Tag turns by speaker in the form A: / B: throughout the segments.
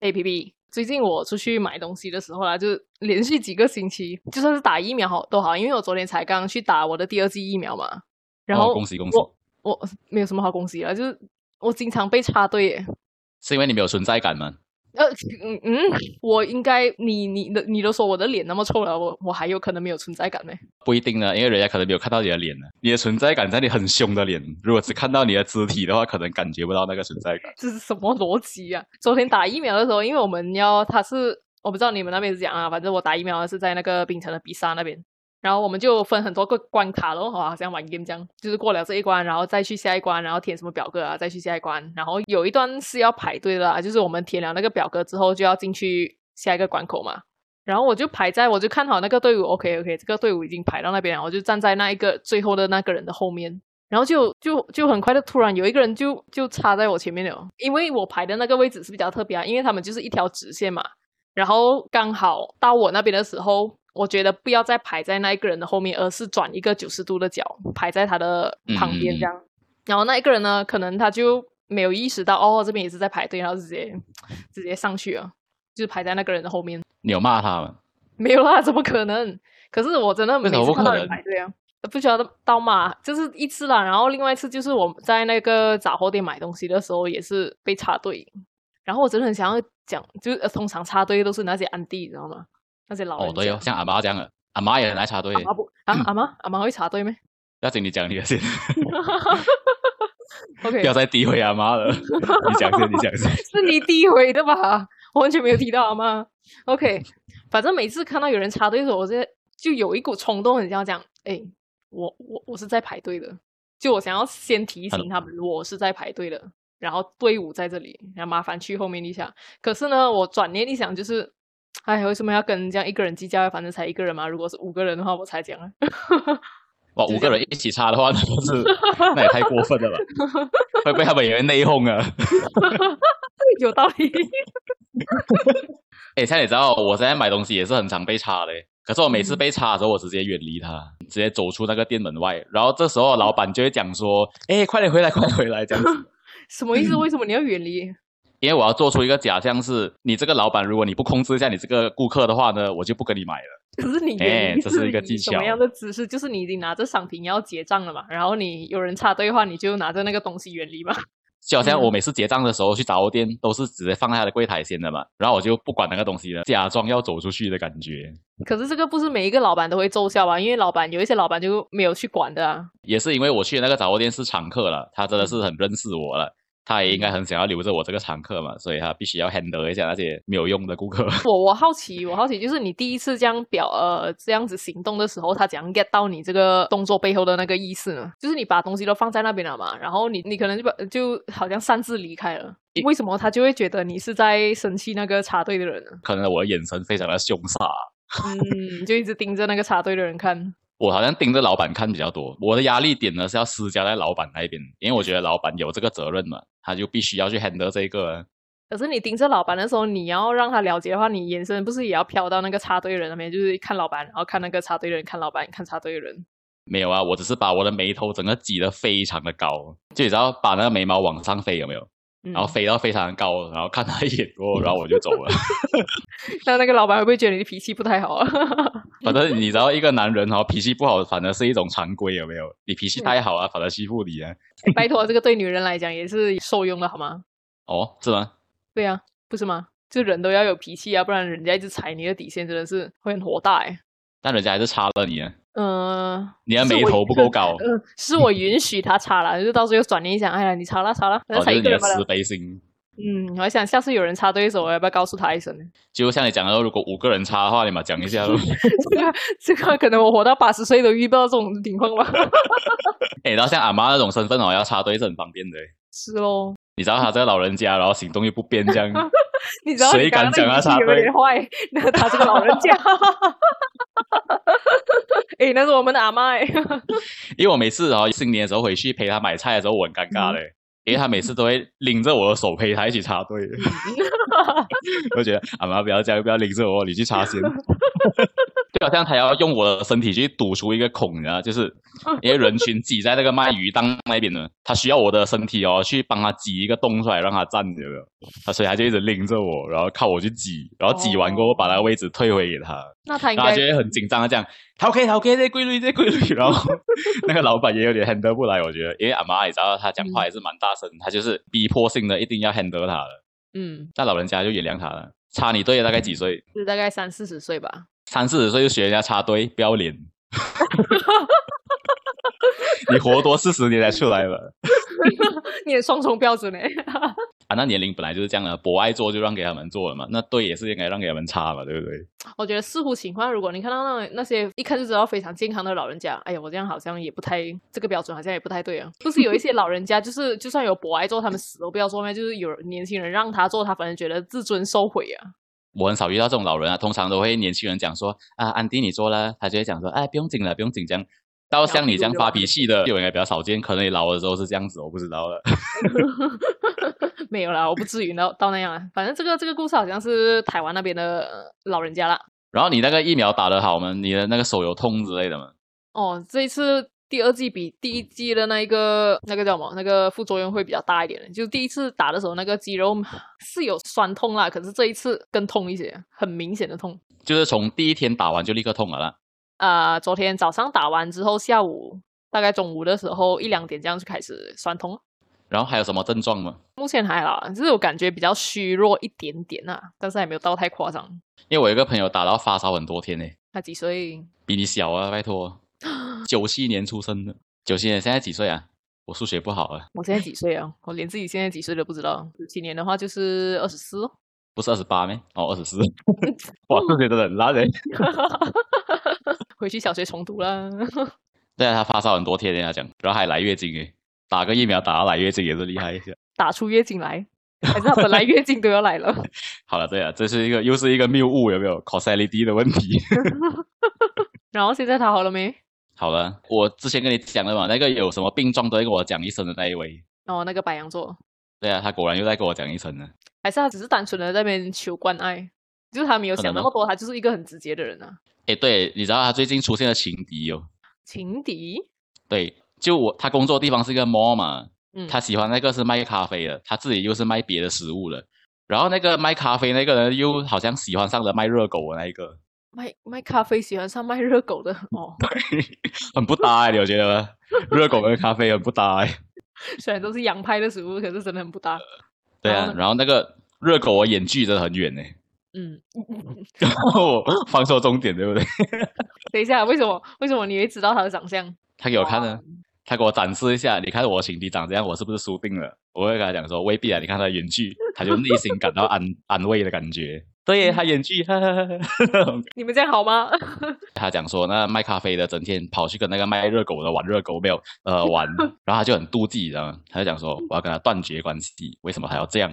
A: A P P。最近我出去买东西的时候啊啦，就连续几个星期，就算是打疫苗好都好，因为我昨天才刚去打我的第二剂疫苗嘛。然
B: 哦
A: 后、
B: 恭喜恭喜
A: 我我没有什么好恭喜啦，就是我经常被插队耶。
B: 是因为你没有存在感吗？
A: 呃，嗯嗯，我应该你你的你都说我的脸那么臭了，我我还有可能没有存在感呢。
B: 不一定呢，因为人家可能没有看到你的脸呢。你的存在感在你很凶的脸，如果只看到你的肢体的话，可能感觉不到那个存在感。
A: 这是什么逻辑啊？昨天打疫苗的时候，因为我们要，他是我不知道你们那边是怎样啊，反正我打疫苗是在那个槟城的比萨那边，然后我们就分很多个关卡咯，好像玩 game 这样，就是过了这一关，然后再去下一关，然后填什么表格啊，再去下一关，然后有一段是要排队的啦，就是我们填了那个表格之后就要进去下一个关口嘛。然后我就排在，我就看好那个队伍，OK OK，这个队伍已经排到那边了，我就站在那一个最后的那个人的后面，然后就就就很快的，突然有一个人就就插在我前面了，因为我排的那个位置是比较特别啊，因为他们就是一条直线嘛，然后刚好到我那边的时候，我觉得不要再排在那一个人的后面，而是转一个九十度的角排在他的旁边这样。然后那一个人呢，可能他就没有意识到哦，这边也是在排队，然后直接直接上去了，就是排在那个人的后面。
B: 你有骂他吗？
A: 没有啦，怎么可能？可是我真的每
B: 为什么
A: 次
B: 不
A: 看到
B: 可
A: 你
B: 能
A: 排队啊，不需要到嘛，就是一次啦。然后另外一次就是我在那个杂货店买东西的时候，也是被插队。然后我真的很想要讲，就是、呃通常插队都是那些安迪，你知道吗？那些老人
B: 哦，对
A: 家
B: 哦，像阿妈这样的，阿妈也很爱插队
A: 阿。妈不啊阿妈阿妈会插 队咩
B: 不要紧，你讲你的先，不
A: ？OK，
B: 要再诋毁阿妈了。你讲先，你讲先。
A: 是你诋毁的吧？我完全没有提到阿妈。OK，反正每次看到有人插队的时候，我这就有一股冲动，很想讲，哎，我我我是在排队的，就我想要先提醒他们，我是在排队的，然后队伍在这里，然后麻烦去后面一下。可是呢，我转念一想，就是。哎，为什么要跟这样一个人计较？反正才一个人嘛。如果是五个人的话，我才讲啊。
B: 哇，
A: 就
B: 五
A: 这
B: 个
A: 样
B: 人一起插的话，那不是那也太过分了吧？会被他们以为内讧啊？
A: 有道理。
B: 哎、像你知道，我现在买东西也是很常被插的欸。可是我每次被插的时候，我直接远离他，直接走出那个店门外。然后这时候老板就会讲说：“哎、快点回来，快点回来！”这样子，
A: 什么意思？为什么你要远离？
B: 因为我要做出一个假象是，你这个老板，如果你不控制一下你这个顾客的话呢，我就不跟你买了。
A: 可是你
B: 哎
A: 远离
B: 这是一个
A: 以
B: 技
A: 什么
B: 巧
A: 样的姿势？就是你已经拿着商品要结账了嘛，然后你有人插队的话，你就拿着那个东西远离嘛。
B: 就好像
A: 嗯
B: 我每次结账的时候去杂货店，都是直接放在他的柜台先的嘛，然后我就不管那个东西了，假装要走出去的感觉。
A: 可是这个不是每一个老板都会奏效吧？因为老板有一些老板就没有去管的啊。
B: 也是因为我去的那个杂货店是常客了，他真的是很认识我了，他也应该很想要留着我这个常客嘛，所以他必须要 handle 一下那些没有用的顾客。
A: 我我好奇，我好奇就是你第一次这样表呃这样子行动的时候，他怎样 get 到你这个动作背后的那个意思呢？就是你把东西都放在那边了嘛，然后你你可能就把就好像擅自离开了，为什么他就会觉得你是在生气那个插队的人呢？
B: 可能我的眼神非常的凶煞，
A: 嗯，就一直盯着那个插队的人看。
B: 我好像盯着老板看比较多。我的压力点呢是要施加在老板那一边，因为我觉得老板有这个责任嘛，他就必须要去 handle 这个。
A: 可是你盯着老板的时候，你要让他了解的话，你眼神不是也要飘到那个插队人那边，就是看老板，然后看那个插队人，看老板，看插队人。
B: 没有啊，我只是把我的眉头整个挤得非常的高，就你知道把那个眉毛往上飞有没有？
A: 嗯
B: 然后飞到非常高，然后看他一眼过后，然后我就走了。
A: 那那个老板会不会觉得你的脾气不太好 啊？
B: 反正你知道，一个男人哦，脾气不好，反而是一种常规，有没有？你脾气太好啊，反而欺负你啊。
A: 拜托，这个对女人来讲也是受用的好吗？
B: 哦，是吗？
A: 对呀、不是吗？就人都要有脾气啊，不然人家一直踩你的底线，真的是会很火大哎、
B: 但人家还是插了你啊，
A: 嗯，
B: 你的
A: 是
B: 眉
A: 我
B: 头不够高，哦
A: 嗯、是我允许他插了，就是到时候又转念一想，哎呀，你插啦插啦，反
B: 哦，
A: 正
B: 就
A: 才
B: 是
A: 一
B: 你
A: 个
B: 的
A: 人嘛。
B: 慈悲心。
A: 嗯，我还想下次有人插队的时候，我要不要告诉他一声？
B: 就像你讲的，如果五个人插的话，你嘛讲一 下咯。
A: 这个 这个可能我活到八十岁都遇不到这种情况吧。
B: 哎，然后像阿妈那种身份哦，要插队是很方便的。
A: 是咯，
B: 你知道他这个老人家，然后行动又不便，这样
A: 你知道
B: 谁
A: 你刚刚
B: 敢
A: 那语
B: 讲他
A: 气
B: 插
A: 有
B: 队
A: 点坏，那他这个老人家。哎、那是我们的阿妈哎、
B: 因为我每次哦新年的时候回去陪他买菜的时候，我很尴尬嘞，因为他每次都会拎着我的手陪他一起插队，我就觉得阿妈不要这样，不要拎着我，你去插先。就好像他要用我的身体去堵出一个孔，然后就是因为人群挤在那个卖鱼档那边呢，他需要我的身体哦去帮他挤一个洞出来让他站着，他所以他就一直拎着我，然后靠我去挤，然后挤完过后把那个位置退回给他，
A: 那他应
B: 然后他
A: 该
B: 就会很紧张的讲，他 OK 他 OK 这规律这规律，然后那个老板也有点 handle 不来，我觉得，因为阿妈也知道他讲
A: 嗯
B: 话也是蛮大声，他就是逼迫性的一定要 handle 他的，
A: 嗯，
B: 但老人家就原谅他了，差你队大概几岁？
A: 就是大概三四十岁吧。
B: 三四十岁就学人家插队，不 要脸。你活多四十年才出来了
A: 你的双重标准呢？
B: 啊！那年龄本来就是这样的，不爱做就让给他们做了嘛，那队也是应该让给他们插嘛，对不对？
A: 我觉得视乎情况，如果你看到那那些一看就知道非常健康的老人家，哎呀，我这样好像也不太这个标准好像也不太对啊。不是有一些老人家就是就算有博爱做，他们死都不要做咩？就是有年轻人让他做，他反而觉得自尊受毁啊。
B: 我很少遇到这种老人啊，通常都会年轻人讲说啊，安迪你做了，他就会讲说，哎，不用紧了，不用紧张。到像你这样发脾气的，我应该比较少见，可能你老的时候是这样子，我不知道了。
A: 没有啦，我不至于到到那样啊。反正这个这个故事好像是台湾那边的呃老人家啦。
B: 然后你那个疫苗打得好吗？你的那个手有痛之类的吗？
A: 哦，这一次第二季比第一季的那一个那个叫什么？那个副作用会比较大一点。就是第一次打的时候，那个肌肉是有酸痛啦，可是这一次更痛一些，很明显的痛。
B: 就是从第一天打完就立刻痛了啦。
A: 啊、昨天早上打完之后，下午大概中午的时候一两点这样就开始酸痛了。
B: 然后还有什么症状吗？
A: 目前还好啦，就是有感觉比较虚弱一点点啊，但是还没有到太夸张。
B: 因为我有一个朋友打到发烧很多天呢、
A: 他几岁？
B: 比你小啊，拜托，九七年出生的，九七年现在几岁啊？我数学不好啊，
A: 我现在几岁啊？我连自己现在几岁都不知道。十七年的话就是二十四。
B: 不是二十八咩？哦，二十四，哇，数学真的很烂嘞。 欸
A: 回去小学重读啦。
B: 对啊，他发烧很多天，人家讲，然后还来月经诶，打个疫苗打到来月经也是厉害一下。
A: 打出月经来，还是他本来月经都要来了？
B: 好了，对啊，这是一个又是一个谬误，有没有 causality 的问题？
A: 然后现在他好了没？
B: 好了，我之前跟你讲了嘛，那个有什么病状都会跟我讲一声的那一位，
A: 哦，那个白羊座，
B: 对啊，他果然又在跟我讲一声了。
A: 还是他只是单纯的在那边求关爱，就是他没有
B: 可
A: 想那
B: 能哦
A: 么多，他就是一个很直接的人啊。
B: 诶，对，你知道他最近出现了情敌哦，
A: 情敌，
B: 对，就我他工作的地方是一个 mall 嘛，
A: 嗯，
B: 他喜欢那个是卖咖啡的，他自己又是卖别的食物的。然后那个卖咖啡那个人又好像喜欢上了卖热狗的那一个，
A: 卖卖咖啡喜欢上卖热狗的 哦，
B: 很不搭哎、你有觉得吗？热狗跟咖啡很不搭哎、
A: 虽然都是洋派的食物，可是真的很不搭。
B: 对
A: 然后
B: 啊，
A: 呢
B: 然后那个热狗的眼距真的很远哎、
A: 嗯，
B: 然后 我放错重点对不对？
A: 等一下，为什么为什么你会知道他的长相？
B: 他给我看呢，他给我展示一下，你看我情敌长这样，我是不是输定了？我会跟他讲说未必啊，你看他的远距，他就内心感到安 安慰的感觉。对耶，他远距，哈哈哈哈。
A: 你们这样好吗？
B: 他讲说，那卖咖啡的整天跑去跟那个卖热狗的玩热狗没有呃玩，然后他就很妒忌，然后他就讲说，我要跟他断绝关系，为什么还要这样？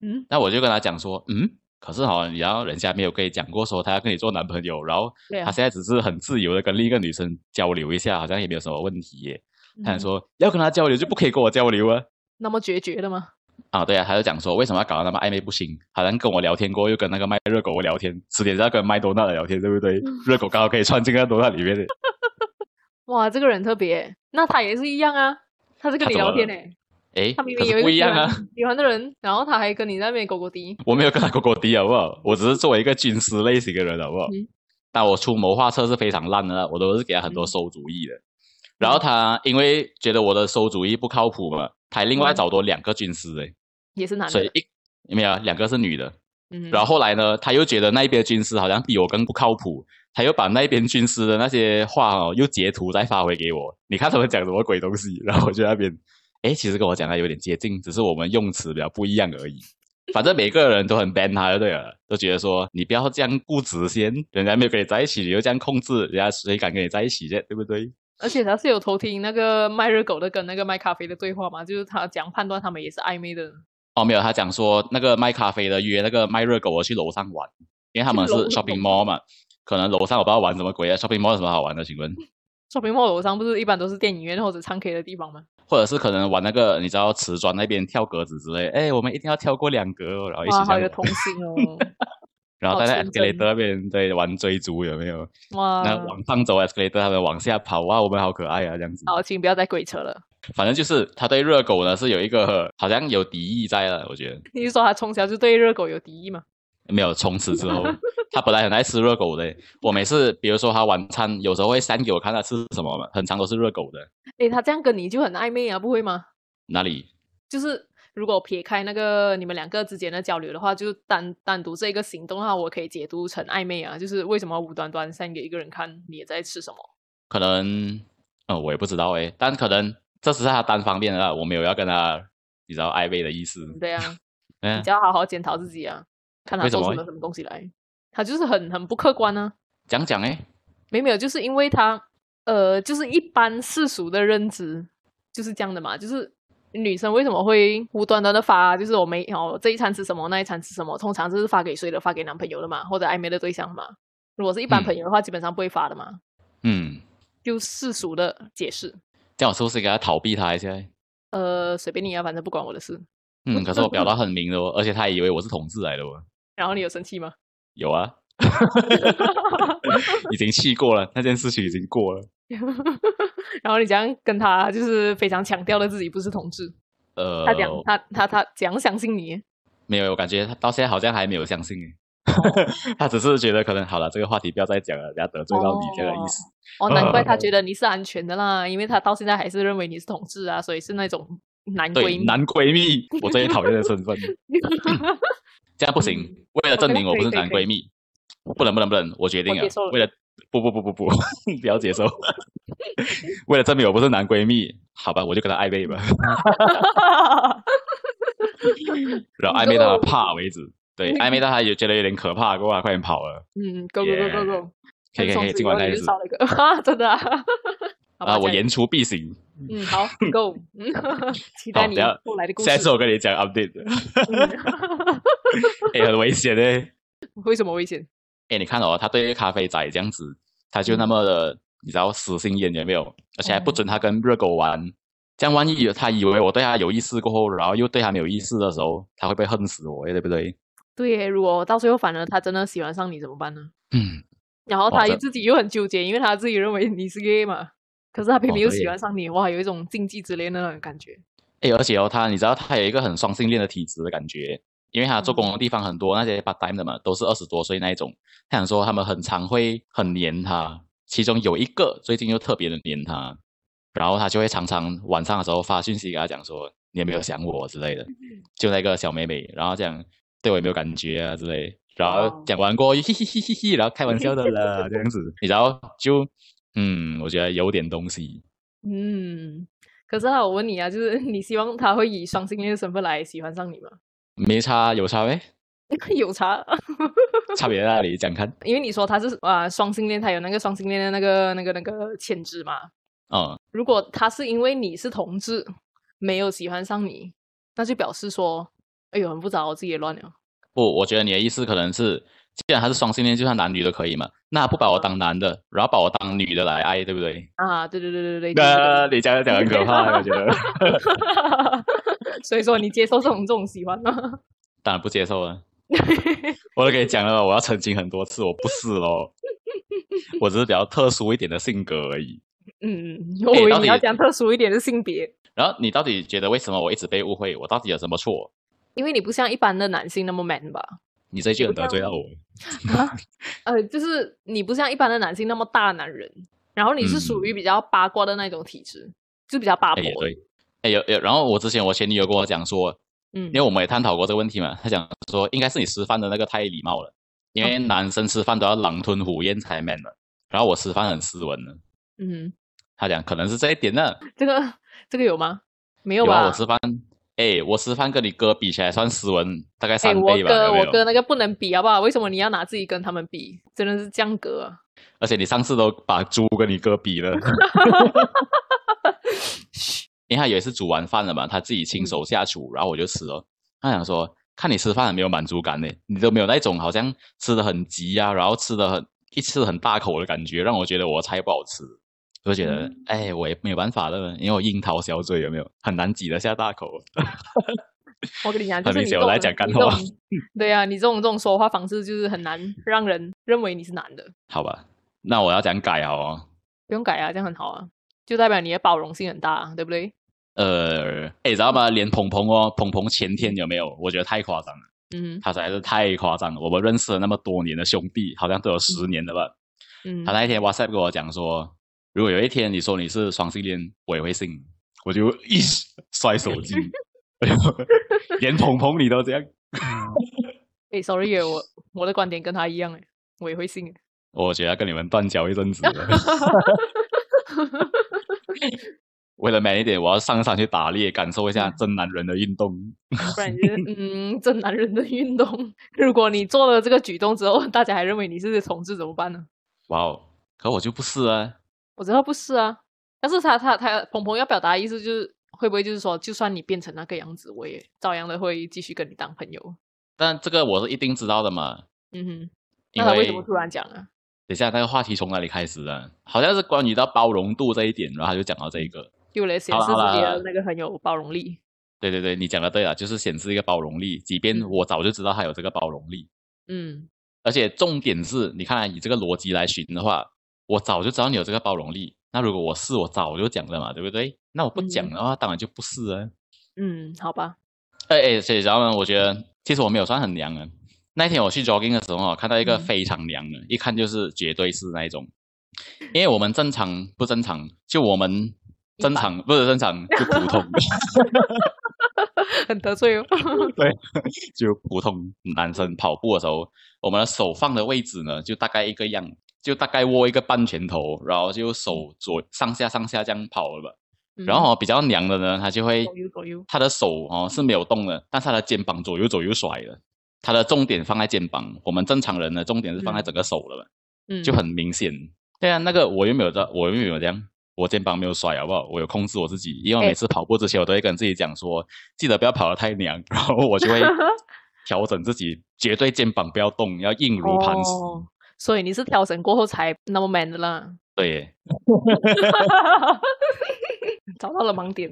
A: 嗯，
B: 那我就跟他讲说，嗯，可是好、哦，你要人家没有跟你讲过说他要跟你做男朋友，然后
A: 对啊
B: 他，现在只是很自由的跟另一个女生交流一下，好像也没有什么问题耶。他想
A: 嗯
B: 说要跟他交流就不可以跟我交流啊。
A: 那么决绝的吗？
B: 啊，对啊，他就讲说为什么要搞得那么暧昧不行？好像跟我聊天过后，又跟那个卖热狗的聊天，迟点是要跟麦多纳的聊天，对不对？
A: 嗯
B: 热狗刚好可以穿进那个多纳里面的。
A: 哇，这个人特别，那他也是一样啊，他是跟
B: 他
A: 你
B: 怎
A: 聊
B: 么
A: 天
B: 了
A: 呢、
B: 诶，
A: 他明
B: 可
A: 明有一
B: 是不
A: 个
B: 一
A: 喜
B: 样啊！
A: 欢喜欢的人，然后他还跟你在那边勾勾滴，
B: 我没有跟他勾勾滴，好不好？我只是作为一个军师类型的人，好不好？
A: 嗯
B: 但我出谋划策是非常烂的啦，我都是给他很多
A: 嗯
B: 馊主意的。然后他因为觉得我的馊主意不靠谱嘛，他还另外
A: 嗯
B: 找多两个军师诶，
A: 也是男
B: 所
A: 的
B: 以，一没有啊两个是女的。
A: 嗯，
B: 然后后来呢，他又觉得那一边的军师好像比我更不靠谱，他又把那一边军师的那些话哦，又截图再发回给我，你看他们讲什么鬼东西，然后我就在那边， 诶，其实跟我讲的有点接近，只是我们用词比较不一样而已。反正每个人都很 ban 他就对了，都觉得说你不要这样固执先，人家没有跟你在一起，你就这样控制，人家谁敢跟你在一起啫，对不对？
A: 而且他是有偷听那个卖热狗的跟那个卖咖啡的对话嘛，就是他讲判断他们也是暧昧的，
B: 哦，没有，他讲说那个卖咖啡的约那个卖热狗的去楼上玩，因为他们
A: 去
B: 是
A: 楼上
B: shopping mall 嘛，可能楼上我不知道玩什么鬼啊，shopping mall 有什么好玩的？请问？
A: 说明我楼上不是一般都是电影院或者唱 K 的地方吗？
B: 或者是可能玩那个，你知道瓷砖那边跳格子之类，哎，我们一定要跳过两格哦，然后一起
A: 哇，
B: 这
A: 好
B: 样
A: 有
B: 玩
A: 童心哦，
B: 然后
A: 好嗯
B: 在那
A: 纯
B: escalator
A: 真
B: 那边对玩追逐有没有？
A: 哇，
B: 然后往上走 escalator，他们往下跑哇，我们好可爱啊这样子。
A: 好，请不要再鬼扯了。
B: 反正就是他对热狗呢是有一个好像有敌意在了，我觉得
A: 你是说他从小就对热狗有敌意吗？
B: 没有。从此 之后，他本来很爱吃热狗的。我每次比如说他晚餐有时候会塞给我看他吃什么嘛，很常都是热狗的。
A: 诶，他这样跟你就很暧昧啊，不会吗？
B: 哪里？
A: 就是如果撇开那个你们两个之间的交流的话，就单单独这一个行动的话，我可以解读成暧昧啊，就是为什么无端端塞给一个人看你也在吃什么？
B: 可能呃我也不知道诶，但可能这只是他单方面的啦，我没有要跟他比较暧昧的意思。
A: 对 啊，
B: 嗯
A: 你就，要好好检讨自己啊，看他
B: 为什
A: 做
B: 么
A: 出
B: 诶
A: 了什么东西来。他就是很很不客观啊，
B: 讲讲诶，
A: 没有没有，就是因为他呃，就是一般世俗的认知就是这样的嘛，就是女生为什么会无端端的发，就是我没哦这一餐吃什么，那一餐吃什么，通常就是发给谁的，发给男朋友的嘛，或者暧昧的对象嘛。如果是一般
B: 嗯
A: 朋友的话，基本上不会发的嘛，
B: 嗯，
A: 就世俗的解释。
B: 这样我是不是给他逃避他一下？
A: 呃，随便你啊，反正不关我的事。
B: 嗯，可是我表达很明的哦，而且他也以为我是同志来的哦。
A: 然后你有生气吗？
B: 有啊，已经气过了，那件事情已经过了。
A: 然后你这样跟他就是非常强调的自己不是同志，
B: 呃，
A: 他讲他他他怎样相信你？
B: 没有，我感觉他到现在好像还没有相信耶。
A: 哦
B: 他只是觉得可能好了，这个话题不要再讲了，人家得罪到你这个意思。
A: 哦，难
B: 嗯
A: 怪他觉得你是安全的啦，因为他到现在还是认为你是同志啊，所以是那种男
B: 对
A: 闺，蜜。
B: 男闺蜜，我最讨厌的身份，这样不行。
A: 嗯
B: 为了证
A: 哦
B: 明我不是男闺蜜，不能不能不能，我决定
A: 我接
B: 了
A: 受了。
B: 为了不不不不 不，不要 接受。为了证明我不是男闺蜜，好吧，我就跟他暧 昧吧，然后暧昧到他怕为止。 对，暧昧到他也觉得有点可怕，过来快点跑了。
A: 嗯，go go go go go，
B: 可以可以
A: 从
B: 可以，
A: 此
B: 尽管
A: 后
B: 那
A: 你
B: 一
A: 就
B: 次
A: 少了一个 啊，真的啊。好吧
B: 啊，我
A: 这样
B: 言出 必行。
A: 嗯好 go，嗯 期
B: 好
A: 待你
B: 等下
A: 后来的故事。
B: 下一次我跟你讲 update，
A: 嗯
B: 哎、很危险嘞、欸。
A: 为什么危险？
B: 哎，你看哦，他对一个咖啡仔这样子，他就那么的，你知道死心眼有没有？而且还不
A: 嗯
B: 准他跟热狗玩，这样万一有他以为我对他有意思过后，然后又对他没有意思的时候，他会不会恨死我？对不对？
A: 对耶，如果到最后反而他真的喜欢上你怎么办呢？
B: 嗯，
A: 然后
B: 哇
A: 他
B: 这
A: 又自己又很纠结，因为他自己认为你是 gay 嘛，可是他偏
B: 哦
A: 偏又
B: 对
A: 喜
B: 耶
A: 欢上你，哇，有一种禁忌之恋的那种感觉。
B: 哎，而且哦，他你知道他有一个很双性恋的体质的感觉，因为他做工的地方很多那些 part time 的嘛，都是二十多岁那一种。他想说他们很常会很黏他，其中有一个最近又特别的黏他，然后他就会常常晚上的时候发讯息给他讲说你有没有想我之类的，就那个小妹妹，然后讲对我有没有感觉啊之类，然
A: 哇
B: 后讲完 过后嘿嘿嘿嘿嘿，然后开玩笑的了这样子，然后就嗯，我觉得有点东西。
A: 嗯，可是啊，我问你啊，就是 你希望他会以双性恋的身份来喜欢上你吗？
B: 没差有差呗，
A: 有差，
B: 差别在哪里？讲看，
A: 因为你说他是啊、双性恋，他有那个双性恋的那个那个那个潜质嘛。
B: 嗯，
A: 如果他是因为你是同志，没有喜欢上你，那就表示说，哎呦，很复杂哦，我自己也乱了。
B: 不，我觉得你的意思可能是，既然他是双性恋，就算男女都可以嘛，那他不把我当男的，然后把我当女的来爱，对不对？
A: 啊，对对对对对，就是这个
B: 那你讲讲很可怕，我觉得
A: 所以说你接受这种这种喜欢吗？
B: 当然不接受了。我都跟你讲了，我要澄清很多次，我不是咯， 我只是比较特殊一点的性格而已。
A: 嗯，我以为
B: 到
A: 你要
B: 底
A: 讲特殊一点的性别，
B: 然后你到底觉得为什么我一直被误会？我到底有什么错？
A: 因为你不像一般的男性那么 man 吧？
B: 你这一句很得罪到我。
A: 呃，就是你不像一般的男性那么大男人，然后你是属于比较八卦的那种体质，就比较八婆
B: 嗯哎，也
A: 的。
B: 对。哎，有有，然后我之前我前女友跟我讲说，
A: 嗯
B: 因为我们也探讨过这个问题嘛，他讲说应该是你吃饭的那个太礼貌了，因为
A: 嗯
B: 男生吃饭都要狼吞虎咽才 man 的，然后我吃饭很斯文的。
A: 嗯，
B: 他讲可能是这一点呢，
A: 这个这个有吗？没有
B: 有
A: 吧？
B: 啊，我吃饭，哎，我吃饭跟你哥比起来算斯文大概
A: 哎，
B: 三
A: 我
B: 倍吧，
A: 哥
B: 有没
A: 我
B: 有
A: 哥那个不能比，好不好？为什么你要拿自己跟他们比？真的是降格啊！
B: 而且你上次都把猪跟你哥比了，因为他有一次煮完饭了嘛，他自己亲手下厨，然后我就吃了。他想说，看你吃饭很没有满足感呢，你都没有那种好像吃的很急啊，然后吃的很一吃很大口的感觉，让我觉得我菜不好吃。我就觉得，哎，我也没有办法了，因为我樱桃小嘴有没有很难挤得下大口。
A: 我跟你讲，就是
B: 很明
A: 你这
B: 显我
A: 种
B: 在讲干
A: 你这种
B: 话
A: 对啊，你这种这种说话方式就是很难让人认为你是男的。
B: 好吧，那我要讲改哦。
A: 不用改啊，这样很好啊，就代表你的包容性很大、啊，对不对？
B: 呃，哎，知道吗？连鹏鹏哦，鹏鹏前天有没有？我觉得太夸张了，
A: 嗯
B: 他实在是太夸张了。我们认识了那么多年的兄弟，好像都有十年了吧？
A: 嗯
B: 他，那一天 WhatsApp 跟我讲说，如果有一天你说你是双性恋，我也会信，我就一摔手 机，哎呦连鹏鹏你都这样，
A: 哎，sorry，耶我我的观点跟他一样哎，我也会信耶。
B: 我觉得要跟你们断交一阵子 了。为了美一点，我要上山去打猎，感受
A: 嗯
B: 一下真男人的运动。
A: 不然就是嗯，这男人的运动。 如果你做了这个举动之后， 大家还认为你是同志怎么办呢？
B: 哇哦，可我就不是啊，
A: 我知道不是啊，但是他他他鹏鹏要表达的意思就是，会不会就是说，就算你变成那个样子，我也照样的会继续跟你当朋友。
B: 但这个我是一定知道的嘛。
A: 嗯哼，
B: 因
A: 那他为什
B: 为
A: 么突然讲啊？
B: 等一下那个话题从哪里开始的？好像是关于到包容度这一点，然后他就讲到这一个。
A: 又来显
B: 好啦
A: 示
B: 好啦
A: 自己
B: 好
A: 的
B: 啦
A: 那个很有包容力。
B: 对对对，你讲的对了，就是显示一个包容力。即便
A: 嗯
B: 我早就知道他有这个包容力，
A: 嗯
B: 而且重点是，你看啊以这个逻辑来寻的话，我早就知道你有这个包容力。那如果我是，我早就讲了嘛，对不对？那我不讲
A: 嗯
B: 的话，当然就不是啊。
A: 嗯，好吧，
B: 哎哎，所以然后呢，我觉得其实我没有算很娘啊。那一天我去 jogging 的时候啊，看到一个
A: 嗯
B: 非常娘的，一看就是绝对是那一种。因为我们正常不正常，就我们
A: 一
B: 正
A: 般
B: 常不是正常，就普 通。
A: 很得罪哦。
B: 就普通男生跑步的时候，我们的手放的位置呢，就大概一个样，就大概握一个半拳头，然后就手左上下上下这样跑了吧。
A: 嗯
B: 然后、哦、比较娘的呢，他就会
A: 左右左右
B: 他的手哦是没有动的，但是他的肩膀左右左右甩的。他的重点放在肩膀，我们正常人的重点是放在
A: 嗯
B: 整个手了嘛，
A: 嗯
B: 就很明显。对啊，那个我又没有这，我又没有这样，我肩膀没有甩，好不好？我有控制我自己，因为我
A: 哎
B: 每次跑步之前，我都会跟自己讲说，记得不要跑得太娘，然后我 就会调整自己，绝对肩膀不要动，要硬如磐石。
A: 哦。所以你是调整过后才那么 man 的啦，
B: 对，
A: 找到了盲点。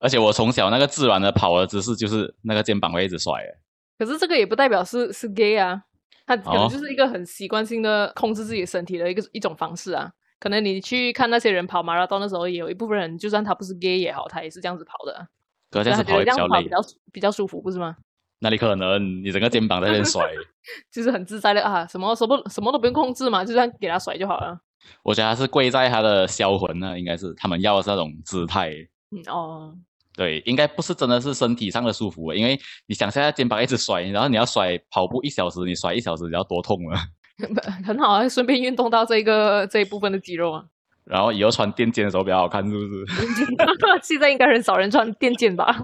B: 而且我从小那个自然的跑的姿势，就是那个肩膀会一直甩的。
A: 可是这个也不代表是是 gay 啊，他可
B: 哦
A: 能就是一个很习惯性的控制自己身体的一个一种方式啊。可能你去看那些人跑马拉松的时候，也有一部分人，就算他不是 gay 也好，他也是这样子跑的啊，
B: 可是这
A: 所以
B: 样
A: 他
B: 子
A: 觉
B: 跑
A: 得这样
B: 也比
A: 跑比，
B: 较累
A: 较舒比较舒服，不是吗？
B: 哪里可能？你整个肩膀在那边甩，
A: 就是很自在的啊，什么什么什么都不用控制嘛，就这样给他甩就好了。
B: 我觉得他是贵在他的销魂啊呢，应该是他们要的是那种姿态。
A: 嗯哦，
B: 对，应该不是真的是身体上的舒服，因为你想象下肩膀一直甩，然后你要甩跑步一小时，你甩一小时，你要多痛啊！
A: 很好啊，顺便运动到这个这一部分的肌肉啊。
B: 然后以后穿垫肩的时候比较好看，是不是？
A: 现在应该很少人穿垫肩吧？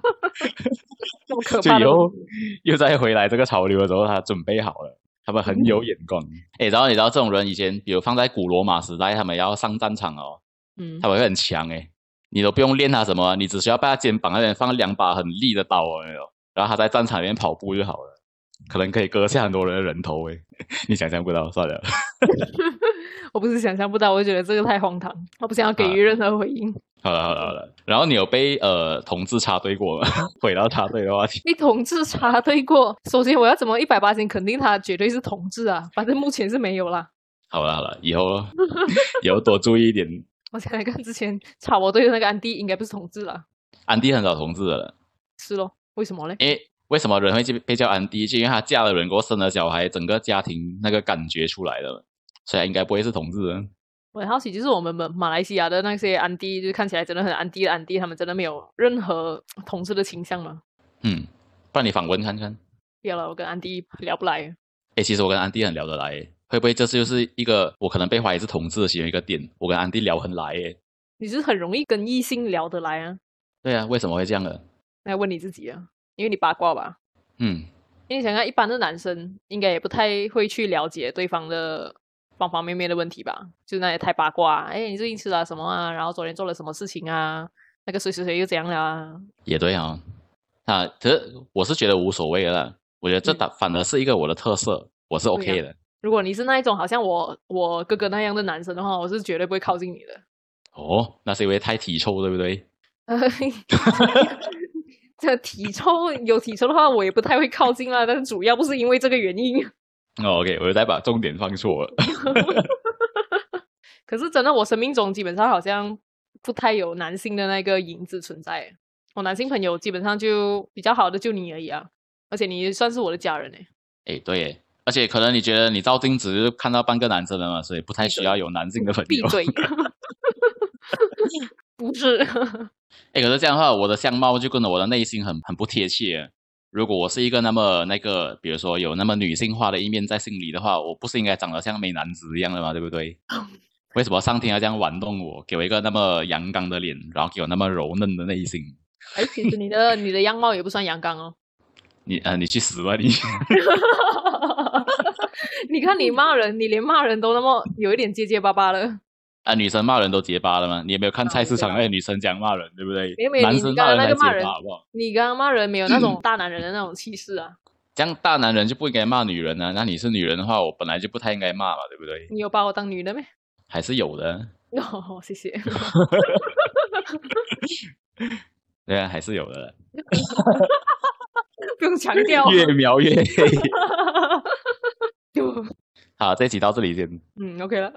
A: 这么可
B: 就
A: 怕
B: 以
A: 的
B: 后
A: 东西，
B: 又再回来这个潮流的时候，他准备好了，他们很有眼光。哎、然后你知道这种人以前，比如放在古罗马时代，他们要上战场哦，
A: 嗯
B: 他，们会很强诶，你都不用练他什么，啊你只需要把他肩膀那边放两把很利的刀哦，有没有然后他在战场里面跑步就好了，可能可以割下很多人的人头诶， 你想象不到，算了。
A: 我不是想象不到，我就觉得这个太荒唐，我不想要给予任何回应。
B: 好了好了好了，然后你有被呃同志插队过吗？ 回到插队的话题，
A: 你同志插队过，首先我要怎么一百八斤肯定他绝对是同志啊，反正目前是没有啦。
B: 好了好了，以后以后多注意一点。
A: 我想来看之前插我队的那个安迪应该不是同志啦，
B: 安迪很少同志的了，
A: 是咯？为什么嘞？
B: 诶，为什么人会被被叫安迪？就因为他嫁了人，过后生了小孩，整个家庭那个感觉出来了，所以他应该不会是同志的。
A: 我很好奇，就是我们马马来西亚的那些安迪，就是看起来真的很安迪的安迪，他们真的没有任何同志的倾向吗？
B: 嗯，不然你访问看看。
A: 不要了，我跟安迪聊不来。
B: 诶，其实我跟安迪很聊得来，会不会这就是一个我可能被怀疑是同志的其中一个点？我跟安迪聊很来诶。
A: 你是很容易跟异性聊得来啊？
B: 对啊，为什么会这样的？
A: 那要问你自己啊，因为你八卦吧。
B: 嗯，
A: 因为想想一般的男生应该也不太会去了解对方的方方面面的问题吧，就那也太八卦、啊，哎，你最近吃了什么啊？然后昨天做了什么事情啊？那个谁谁谁又怎样了啊？
B: 也对啊、啊，可是我是觉得无所谓的啦，我觉得这
A: 嗯啊
B: 反反而是一个我的特色，我是 OK 的。
A: 如果你是那一种好像我我哥哥那样的男生的话，我是绝对不会靠近你的。
B: 哦，那是因为太体臭，对不对？
A: 这体臭有体臭的话，我也不太会靠近啦。但是主要不是因为这个原因。
B: 哦，OK，我又再把重点放错了。
A: 可是真的，我生命中基本上好像不太有男性的那个影子存在。我男性朋友基本上就比较好的就你而已啊，而且你算是我的家人欸诶。
B: 哎，对耶，而且可能你觉得你照镜子就看到半个男生了嘛，所以不太需要有男性的朋
A: 闭
B: 友。
A: 嘴！不是，
B: 哎，可是这样的话，我的相貌就跟我的内心很很不贴切。如果我是一个那么那个，比如说有那么女性化的一面在心里的话，我不是应该长得像美男子一样的吗？对不 对？为什么上天要这样玩弄我，给我一个那么阳刚的脸，然后给我那么柔嫩的内心？
A: 哎，其实你的你的样貌也不算阳刚哦。
B: 你啊、你去死吧你！
A: 你看你骂人，你连骂人都那么有一点结结巴巴了。
B: 啊，女生骂人都结巴了吗？你有没有看菜市场
A: 啊
B: 那
A: 对
B: 些女生讲骂人，对不对？
A: 没有没有
B: 男
A: 你
B: 生
A: 你刚
B: 骂
A: 刚
B: 人
A: 那
B: 才
A: 个骂
B: 结
A: 人
B: 巴，好不好？
A: 你刚刚骂人没有那种大男人的那种气势啊？
B: 这样大男人就不应该骂女人啊。那你是女人的话，我本来就不太应该骂嘛，对不对？
A: 你有把我当女的没？
B: 还是有的，
A: 哦，谢谢。
B: 对啊，还是有的。
A: 不用强调。
B: 越描越黑。
A: 就
B: 好，这一集到这里先。
A: 嗯，OK 了。